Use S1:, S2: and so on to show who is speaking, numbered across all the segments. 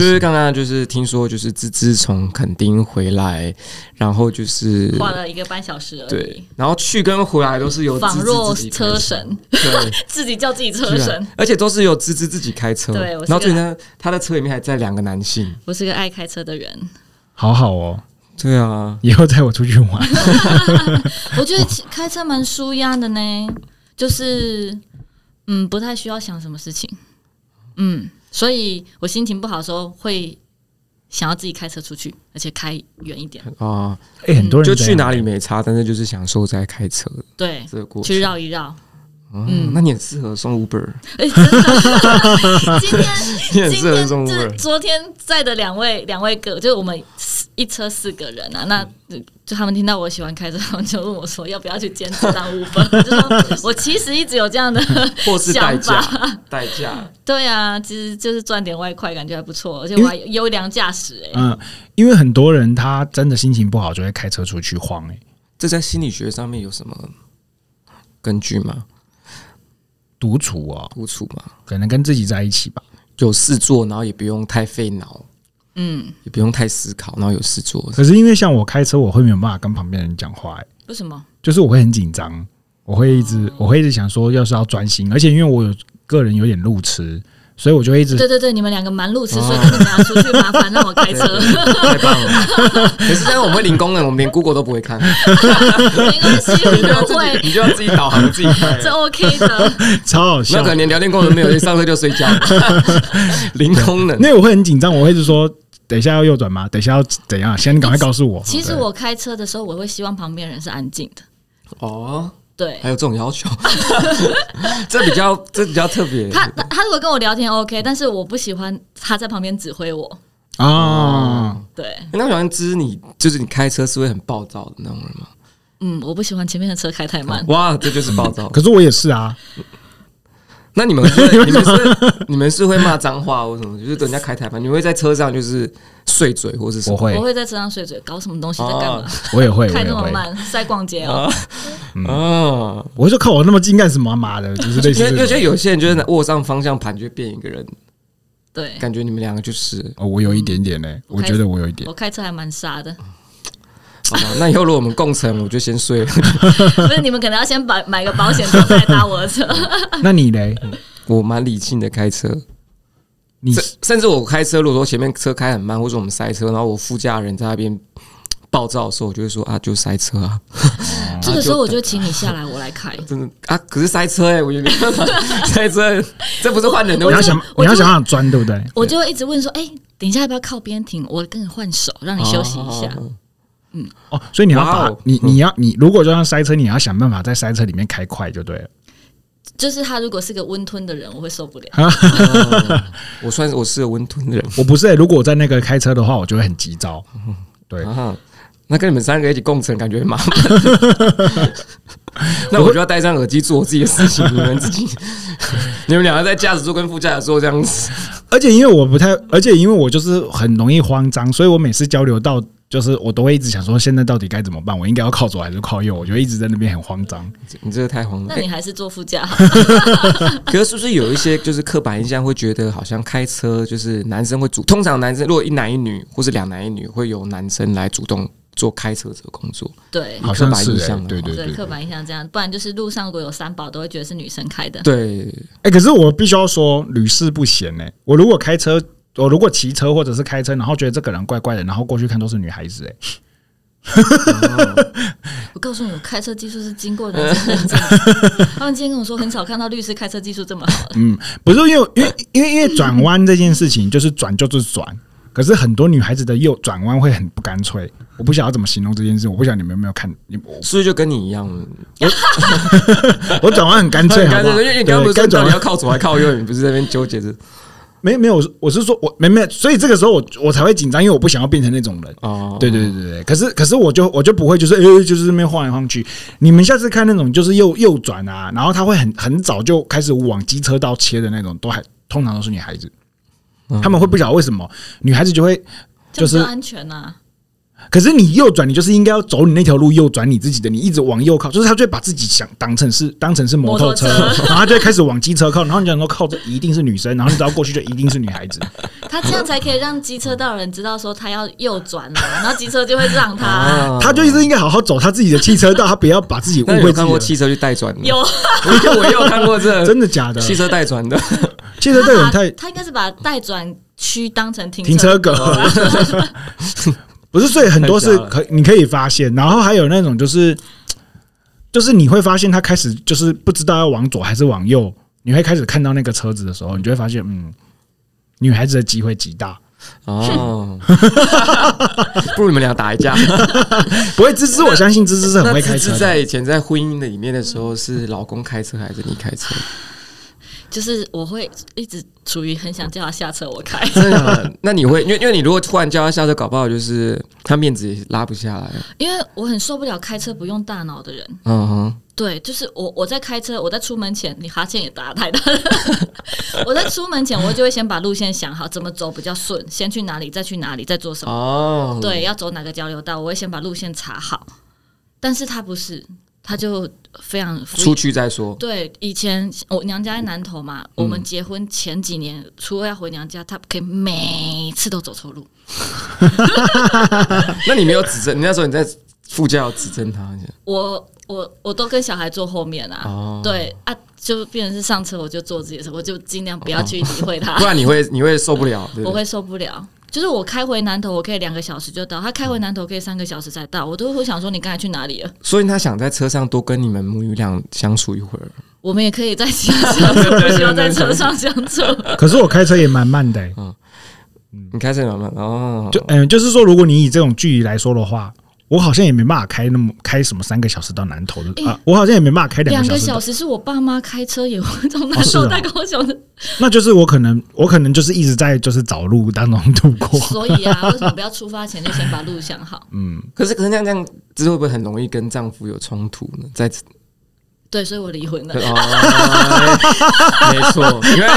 S1: 就是刚刚就是听说就是芝芝从垦丁回来，然后就是
S2: 花了一个半小时而
S1: 嗯对
S2: 已。，
S1: 然后去跟回来都是由芝
S2: 仿
S1: 芝
S2: 若
S1: 自己开
S2: 车
S1: 车，
S2: 神，
S1: 对，
S2: 自己叫自己车
S1: 居
S2: 神
S1: 然。而且都是啊由芝芝自己开车。
S2: 对我是
S1: 然后
S2: 个
S1: 最呢，他的车里面还载两个男性。
S2: 我是个爱开车的人，
S3: 好好哦，
S1: 对啊，
S3: 以后带我出去玩。
S2: 我觉得骑开车蛮舒压的呢，就是嗯，不太需要想什么事情，嗯，所以我心情不好的时候会想要自己开车出去，而且开远一点，
S1: 啊，
S3: 哎、很多人
S1: 就去
S3: 这样
S1: 哪里没差，但是就是享受在开车的
S2: 对，
S1: 这个过程
S2: 去。绕一绕。
S1: 嗯，那你很适合送 Uber，
S2: 哎、真的，今天
S1: 你很
S2: 今
S1: 适合
S2: 天
S1: 送
S2: 这
S1: Uber。
S2: 昨天在的两位两位哥，就是我们四一车四个人啊，那呃就他们听到我喜欢开车，他们就问我说要不要去兼职当 u b 就说我其实一直有这样的
S1: 或是代
S2: 想
S1: 驾，代驾，
S2: 对啊，其实就是赚点外快，感觉还不错，而且我还优良驾驶哎、
S3: 嗯，因为很多人他真的心情不好就会开车出去晃、哎，
S1: 这在心理学上面有什么根据吗？
S3: 独处哦，
S1: 独处吗？
S3: 可能跟自己在一起吧。
S1: 有事做，然后也不用太费脑，
S2: 嗯，
S1: 也不用太思考，然后有事做。
S3: 可是因为像我开车，我会没有办法跟旁边人讲话、哎，
S2: 为什么？
S3: 就是我会很紧张，我会一直我会一直想说，要是要专心，而且因为我有个人有点路痴，所以我就会一直
S2: 对对对，你们两个蛮路痴，
S1: 哦
S2: 所以你们俩出去麻烦让我 开 车，
S1: 太棒了！ 可是，但是我们会零工的，我们连 Google 都不会看，
S2: 没关系，
S1: 你
S2: 你
S1: 就要
S2: 们
S1: 自己，
S2: 会，
S1: 你就要自己导航自己开。
S2: 这 OK 的。
S3: 超好
S1: 那
S3: 笑
S1: 可。能连聊天功 能没有，一上车就睡觉， 零功能。
S3: 那我会很紧张，我会一直说，等一下要右转吗？等一下要怎样？先你赶快告诉我。
S2: 其实
S3: 对
S2: 我开车的时候，我会希望旁边人是安静的，
S1: 哦，
S2: 对
S1: 还。有这种要求， 这比较这比较特别。
S2: 他他如果跟我聊天 OK，但是我不喜欢他在旁边指挥我。
S3: 啊，
S2: 对，
S1: 那我想知你就是你开车是会很暴躁的那种人吗？
S2: 嗯，我不喜欢前面的车开太慢。
S1: 哇，这就是暴躁。
S3: 可是我也是啊，
S1: 那你们 是你们是你们是会骂脏话或什么？就是等人家开台吗？你会在车上就是碎嘴或是什
S3: 我
S1: 么？
S3: 会
S2: 我，会在车上睡着，搞什么东西在干嘛？
S3: 我也会，我
S2: 开
S3: 也
S2: 那么
S3: 会。
S2: 慢，是在逛街哦、
S1: 啊
S3: 嗯
S1: 啊！
S3: 我就靠我那么近干什么啊？妈的，就是类
S1: 因为因
S3: 似
S1: 为
S3: 这嗯
S1: 我觉得
S3: 种。
S1: 有些人就是握上方向盘就会变一个人，
S2: 对，
S1: 感觉你们两个就是。
S3: 哦，我有一点点嘞，我觉得我有一点
S2: 我开哦车还蛮傻的。
S1: 好吧，那以后如果我们共乘，我就先 睡了。
S2: 不是，你们可能要先买买个保险套再搭我的车。
S3: 那你嘞？
S1: 我蛮理性的开车，
S3: 你
S1: 甚甚至我开车，如果说前面车开很慢，或者我们塞车，然后我副驾人在那边暴躁的时候，我就会说啊，就塞车啊，
S2: 这个时候我就请你下来，我来开。
S1: 真的啊，可是塞车哎、我就没办 法塞车，这不是换人的
S3: 你
S1: 问
S3: 要
S1: 题。
S3: 想
S2: 我
S3: 你要
S2: 就
S3: 想想钻，对不对？
S2: 我就会一直问说：“哎、等一下要不要靠边停？我跟你换手，让你休息一下。
S1: 哦
S3: 哦，所以你要
S1: 哇
S3: 把
S1: 哦
S3: 你你要你如果就算塞车，你要想办法在塞车里面开快就对了。
S2: 就是他如果是个温吞的人，我会受不了。
S1: 我算是我是个温吞的人
S3: 我不是欸，如果我在那个开车的话，我就会很急躁。对，
S1: 啊，那跟你们三个一起共乘，感觉很麻 烦。那我就要戴上耳机做我自己的事情，你们 自己，你们两个在驾驶座跟副驾驶座这样子。
S3: 而且因为我不太，而且因为我就是很容易慌张，所以我每次交流到。就是我都会一直想说，现在到底该怎么办？我应该要靠左还是靠右？我就一直在那边很慌张。
S1: 你这个太荒谬
S2: 那。你还是坐副驾好了，
S1: 可是是不是有一些就是刻板印象会觉得好像开车就是男生会主，通常男生如果一男一女或是两男一女，会由男生来主动做开车这个工作。
S2: 对
S3: 好像
S1: 刻板
S3: 是
S1: 印
S3: 欸
S1: 象，的
S3: 对
S1: 话
S3: 对
S2: 对，
S3: 对
S2: 刻。板印象这样，不然就是路上如果有三宝，都会觉得是女生开 的。
S1: 对，
S3: 哎、可是我必须要说，屡试不鲜呢、我如果开车，我如果骑车或者是开车，然后觉得这个人怪怪的，然后过去看都是女孩子、欸，
S2: 我告诉你，我开车技术是经过 人生认证的。他们今天跟我说，很少看到律师开车技术这么好。
S3: 不是因为因为因为因为转弯这件事情，就是转就是转。可是很多女孩子的右转弯会很不干脆，我不晓得怎么形容这件事，我不晓得你们有没有看， 你我
S1: 是不是就跟你一样？
S3: 我转弯很干脆，好
S1: 刚
S3: 不
S1: 才
S3: 好？
S1: 因为你刚刚不是
S3: 对该
S1: 说
S3: 转
S1: 到底要
S3: 弯
S1: 靠左还靠右，你不是在那边纠结着？
S3: 没有没有，我是我是说我没没，所以这个时候我我才会紧张，因为我不想要变成那种人。
S1: 哦，
S3: 对对对对对，可是可是我就我就不会就是哎、就是那边晃来晃去。你们下次看那种就是右右转啊，然后他会很很早就开始往机车道切的那种，都还通常都是女
S1: 嗯
S3: 孩子，他们会不晓得为什么女孩子就会
S2: 这样比
S3: 就是
S2: 较安全呐、啊
S3: 可是你右转，你就是应该要走你那条路，右转你自己的，你一直往右靠，就是他就会把自己想当成是当成是摩托车，
S2: 摩托
S3: 然后他就会开始往机车靠，然后你想说靠，这一定是女生，然后你只要过去就一定是女孩子，
S2: 他这样才可以让机车道的人知道说他要右转 了，然后机车就会让他、
S1: 啊
S3: 他就是应该好好走他自己的汽车道，他不要把自己误
S1: 那你
S3: 会
S1: 有
S3: 自
S1: 看过
S3: 己
S1: 汽车去带转的？
S2: 有
S1: 我，我也有看过
S3: 的。
S1: 这
S3: 真的假的？
S1: 汽车带转的，
S3: 汽车队
S2: 他
S3: 很
S2: 把
S3: 太
S2: 他应该是把待转区当成停
S3: 停车格。哦不是，所以很多是
S1: 太假了
S3: 可你可以发现，然后还有那种就是，就是你会发现他开始就是不知道要往左还是往右，你会开始看到那个车子的时候，你就会发现，嗯，女孩子的机会极大，
S1: 哦， 不如你们俩打一 架。
S3: 不会芝芝，我相信芝芝是很
S1: 那
S3: 会
S1: 芝
S3: 开车
S1: 芝
S3: 的。
S1: 在以前在婚姻的里面的时候，是老公开车还是你开 车？
S2: 就是我会一直处于很想叫他下车，我开。
S1: 真的啊，那你会因为因为你如果突然叫他下车，搞不好就是他面子也拉不下来。
S2: 因为我很受不了开车不用大脑的人。
S1: 嗯哼，
S2: 对，就是我我在开车，我在出门前，你哈欠也打得太大了。 我在出门前，我就会先把路线想好，怎么走比较顺，先去哪里，再去哪里，再做什么。
S1: 哦，
S2: 对，要走哪个交流道，我会先把路线查好。但是他不是，他就非常敷衍
S1: 出去再说。
S2: 对，以前我娘家在南投嘛，我
S1: 嗯
S2: 们结婚前几年，除了要回娘家，他可以每次都走错路。
S1: 那你没有指正，你那时候你在副驾有指正他。
S2: 我我我都跟小孩坐后面啊，
S1: 哦
S2: 对啊，就变成是上车我就坐自己的车，我就尽量
S1: 哦
S2: 不要去理会 他，
S1: 不然你会你会受不了，对不
S2: 我
S1: 对？
S2: 会受不了。就是我开回南投，我可以两个小时就到；他开回南投可以三个小时才到。我都会想说，你刚才去哪里了？
S1: 所以他想在车上多跟你们母女俩相处一会儿。
S2: 我们也可以在骑 车，不需要在车上相处。
S3: 可是我开车也蛮慢的、欸嗯
S1: 你开车慢慢哦，
S3: 就嗯、就是说，如果你以这种距离来说的话，我好像也没办法开那么开什么三个小时到南头的啊，我好像也没办法开两
S2: 两
S3: 个小
S2: 个
S3: 时到
S2: 小时是我爸妈开车也会从
S3: 哦
S2: 南
S3: 是
S2: 投
S3: 哦
S2: 带高雄的
S3: 那就是我可能，我可能就是一直在就是找路当中度过。
S2: 所以啊，为什么不要出发前就先把路想好？
S1: 可是可是那样这样之后会不会很容易跟丈夫有冲突呢？ 在
S2: 对，所以我离婚了。
S1: 哦，没错，因为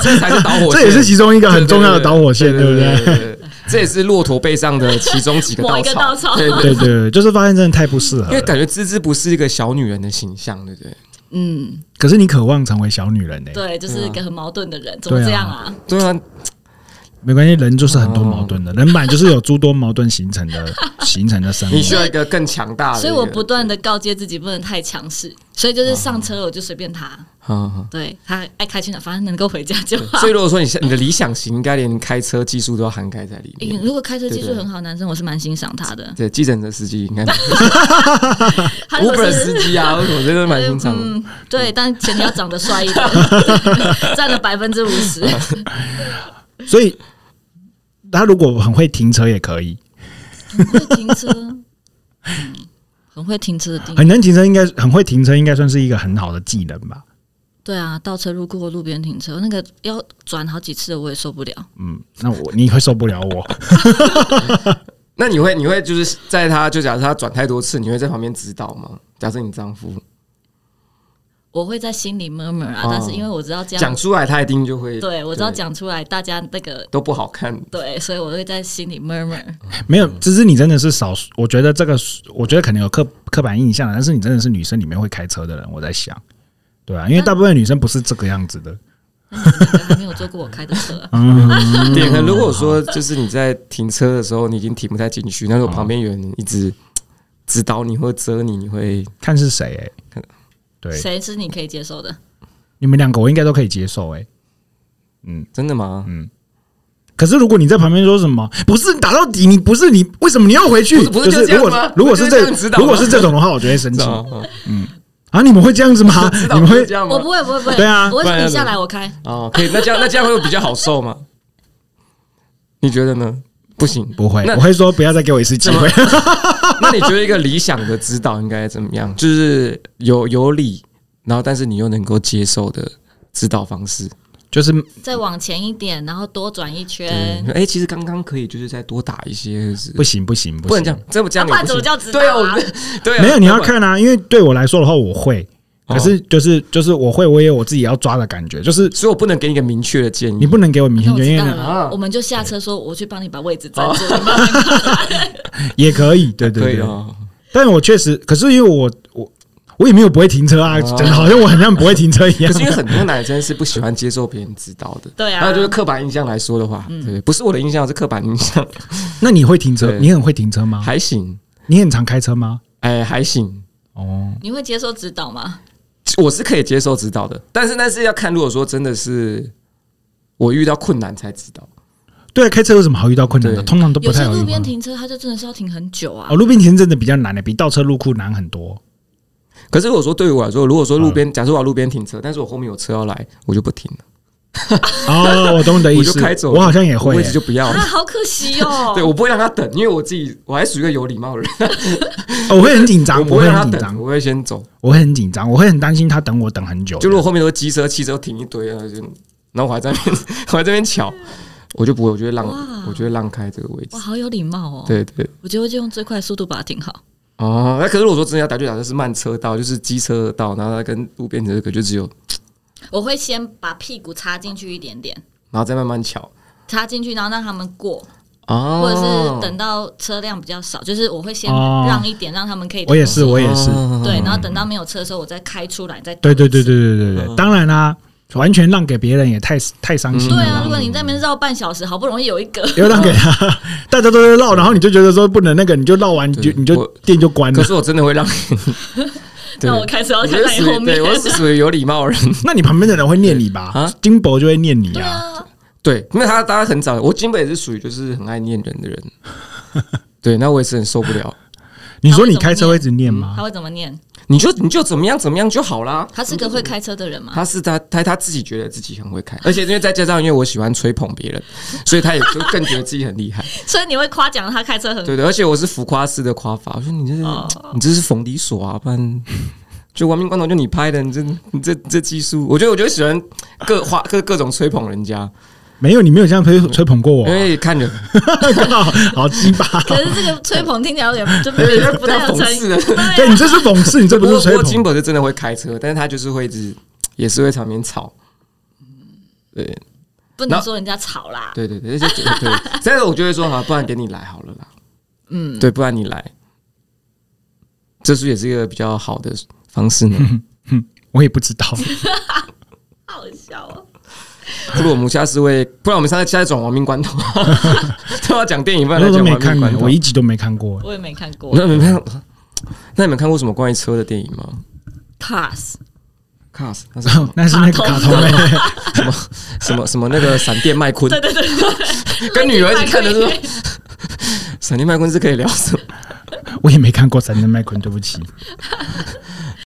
S1: 这才是导火线，
S3: 这也是其中一个很重要的导火线，对
S1: 对
S3: 不对？
S1: 对对？这也是骆驼背上的其中几个
S2: 某
S1: 稻
S2: 一个稻
S1: 草，
S2: 草
S1: 对对
S3: 对对对，就是发现真的太不适合
S1: 因为
S3: 了。
S1: 感觉芝芝不是一个小女人的形象，对不对？
S2: 嗯，
S3: 可是你渴望成为小女人呢、欸
S2: 对，就是一个很矛盾的人，怎么这样啊？
S1: 对啊，
S3: 没关系，人就是很多矛
S1: 哦
S3: 盾的，人本来就是有诸多矛盾形成的 形成的生
S1: 你
S3: 命。
S1: 需要一个更强大的一个。
S2: 所以我不断的告诫自己不能太强势，所以就是上车我就随便他，
S1: 嗯。嗯
S2: 对他爱开去哪，反正能够回家就好
S1: 所。以如果说你是你的理想型，应该连开车技术都要涵盖在里
S2: 诶
S1: 面。
S2: 如果开车技术
S1: 对对
S2: 很好，男生我是蛮欣赏他的。
S1: 对，计程车司机 应该
S2: 他如果
S1: ，Uber
S2: 是
S1: 司机啊，我真的蛮欣赏的。
S2: 嗯，对，但前提要长得帅一点， 占了百分之五十。
S1: 嗯
S3: 所以他如果很会停车也可以，
S2: 很会停车，嗯，很会停车的地方
S3: 很。能停车应该很会停车应该算是一个很好的技能吧。
S2: 对啊，倒车入库或路边停车，那个要转好几次，我也受不了。
S3: 嗯，那我你会受不了 我，
S1: 那你会你会就是在他就假设他转太多次，你会在旁边指导吗？假设你丈夫
S2: 我会在心里 murmur 啊，
S1: 哦
S2: 但是因为我知道这
S1: 讲
S2: 样，
S1: 出来，他一定就会
S2: 对我知道讲出来大家那个
S1: 都不好看。
S2: 对，所以我会在心里 murmur。
S3: 没有，芝芝你真的是少数。我觉得这个，我觉得可能有刻刻板印象了，但是你真的是女生里面会开车的人，我在想，对啊，因为大部分女生不是这个样子的。
S2: 还没有坐过我开的车啊、
S1: 嗯对，可能如果说就是你在停车的时候，你已经停不太进去，那如果旁边有人一直指导你或遮你，你会
S3: 看是谁哎、对，
S2: 谁是你可以接受的？
S3: 你们两个我应该都可以接受哎、
S1: 真的吗？
S3: 可是如果你在旁边说什么，不是打到底，你不是你，为什么你要回去？
S1: 不是不是
S3: 就是
S1: 这样
S3: 如
S1: 吗
S3: 果如果是这
S1: 不是这样指导吗
S3: 如果是这种的话，我就会生
S1: 知
S3: 气
S1: 道吗？
S3: 啊！你们会这样子吗？
S1: 知道
S3: 你们会
S1: 这样吗
S2: 我？不会，不会，不会。
S3: 对啊
S2: 我会
S1: 不然
S2: 说
S1: 要
S2: 你
S1: 怎么
S2: 下来，我开。
S1: 哦，可以，那这样那这样会比较好受吗？你觉得呢？不行，
S3: 不会
S1: 那？
S3: 我会说不要再给我一次机会。
S1: 那你觉得一个理想的指导应该怎么样？就是有有理，然后但是你又能够接受的指导方式。
S3: 就是
S2: 再往前一点，然后多转一圈
S1: 嗯，。哎、其实刚刚可以，就是再多打一些，是
S3: 不行不行不行，
S1: 不能这样，这么这样
S2: 啊不然
S1: 也不行
S2: 怎么叫指导
S1: 对啊，
S2: 啊
S1: 我对啊，
S3: 没有你要
S1: 不然
S3: 看啊，因为对我来说的话，我会。
S1: 哦
S3: 可是就是就是我会，我也有我自己要抓的感觉，就是
S1: 所以我不能给你一个明确的建
S3: 你
S1: 议。
S3: 不能给我明
S2: 那
S3: 显
S2: 我
S3: 觉，
S2: 知道
S3: 因为
S1: 啊哦
S2: 了，我们就下车说，我去帮你把位置占住，你慢慢
S3: 也 可以，对
S1: 可
S3: 对
S1: 以
S3: 对。
S1: 哦，
S3: 但我确实，可是因为我我我也没有不会停车啊，
S1: 哦
S3: 真的好像我很像不会停车一
S1: 可
S3: 样
S1: 是。因为很多男生是不喜欢接受别人指导的。
S2: 对啊嗯
S1: 还有就是刻板印象来说的话，对，不是我的印象，是刻板印象，
S3: 那你会停车？
S1: 对
S3: 你很会停车吗？
S1: 还行，
S3: 你很常开车吗？
S1: 哎，还行，
S3: 哦，
S2: 你会接受指导吗？
S1: 我是可以接受指导的，但是但是要看，如果说真的是我遇到困难才知道，
S3: 对啊，开车有什么好遇到困难的？
S1: 对
S3: 通 常都不
S2: 有些
S3: 太好
S2: 路
S3: 遇到
S2: 边停车，它就真的是要停很久啊
S3: 哦，。路边停真的比较难的，比倒车入库难很 多。
S1: 可是如果说对于我来说，如果说路边，假设我要路边停车，但是我后面有车要来，我就不停了，
S3: 哦，我懂你的意
S1: 我
S3: 思
S1: 就开走了，
S3: 我好像也会欸
S1: 位
S3: 耶、
S1: 置就不要
S2: 啊，
S1: 了。
S2: 好可惜哦。
S1: 对，我不会让他等，因为我自己我还属于一个有礼貌 的人，
S3: 哦我会很紧张，
S1: 我不
S3: 我
S1: 会
S3: 会
S1: 让他
S3: 很紧
S1: 等，
S3: 张，
S1: 我会先走。
S3: 我会很紧张，我会很担心他等我等很久。
S1: 就如果后面都是机车、汽车停一堆啊，就然后我还在那边，我还在那边瞧，我就不会，我就会让
S2: 哇，
S1: 我就会让开这个位置
S2: 哇，。好有礼貌哦。
S1: 对对
S2: 我觉得我就用最快的速度把它停好。
S1: 哦，那可是如果说真的要打就打，就是慢车道，就是机车道，然后它跟路边的这个就只有，
S2: 我会先把屁股插进去一点点，
S1: 然后再慢慢瞧
S2: 插进去，然后让他们过，
S1: 哦，
S2: 或者是等到车辆比较少，就是我会先
S3: 哦
S2: 让一点，让他们可以。
S3: 我也是，我也是，
S1: 哦
S2: 对，然后等到没有车的时候，我再开出来，再
S3: 对对对对对对对
S1: 嗯
S3: 对，当然啦、完全让给别人也太太伤心
S2: 对
S1: 嗯
S3: 了
S2: 啊！
S3: 啦。
S2: 如果你在那边绕半小时，好不容易有一个，
S3: 又让给他， 大家都在绕，然后你就觉得说不能那个，你就绕完你就
S1: 对
S3: 你就
S1: 我
S3: 店就关
S1: 可
S3: 了。
S1: 是我真的会让， 对
S2: 那我开始要
S1: 我
S2: 看
S1: 觉得
S2: 在你
S1: 属
S2: 后
S1: 于
S2: 面
S1: 对，。我是属于有礼貌的人，
S3: 那你旁边的人会念你吧
S1: 啊？
S3: 金箔就会念你
S2: 对
S3: 啊。
S2: 啊，
S1: 对，因为他大家很早，我金本也是属于就是很爱念人的人， 对，那我也是很受不了，
S3: 你说你开车会一直念 吗
S2: 他？会怎么念？
S1: 你就你就怎么样怎么样就好啦，
S2: 他是个会开车的人嘛？
S1: 他是他他他自己觉得自己很会开，而且因为再加上因为我喜欢吹捧别人，所以他也就更觉得自己很厉害。
S2: 嗯所以你会夸奖他开车很
S1: 对对，而且我是浮夸式的夸法，我说你这是、
S2: 哦
S1: 你这是冯迪索啊，不 然就亡命关头就你拍的，你这你这这技术，我觉得我就喜欢各花各各种吹捧人家，
S3: 没有，你没有这样吹吹捧过我
S1: 因，为看 人
S3: 好鸡巴！
S2: 可是这个吹捧听起来有点就不
S1: 对
S2: 不太有
S1: 比较讽刺的
S2: 诚意。对
S3: 对你这是讽刺，你这不
S1: 过
S3: 是吹
S1: 过金
S3: 捧。
S1: 伯是真的会开车，但是他就是会一直也是会场面吵。对
S2: 不
S1: 然
S2: 能
S1: 后
S2: 说人家吵啦。
S1: 对对对，而且对，但是我就会说好，不然给你来好了啦。
S2: 嗯，
S1: 对，不然你来，这是也是一个比较好的方式呢。
S3: 我也不知道，
S2: 好笑哦。
S1: 不如我们下次会，不然我们下次下次转亡命 关头，都要讲电影，不
S3: 我
S1: 然来
S3: 都
S1: 讲
S3: 没
S1: 亡
S3: 看
S1: 命
S3: 过
S1: 关，头
S3: 我。一集都没看过。
S2: 我也没看过
S1: 那你们看，那你们看过什么关于车的电影吗
S2: Cars，
S1: ？Cars，那是什 么
S3: 那是那个卡
S2: 卡
S3: 通
S2: 通
S3: 欸
S1: 什么什么什么那个闪电麦昆，
S2: 对对对，
S1: 跟女儿一起看的时候， 闪电麦昆是可以聊什么？
S3: 我也没看过《闪电麦昆》，对不起。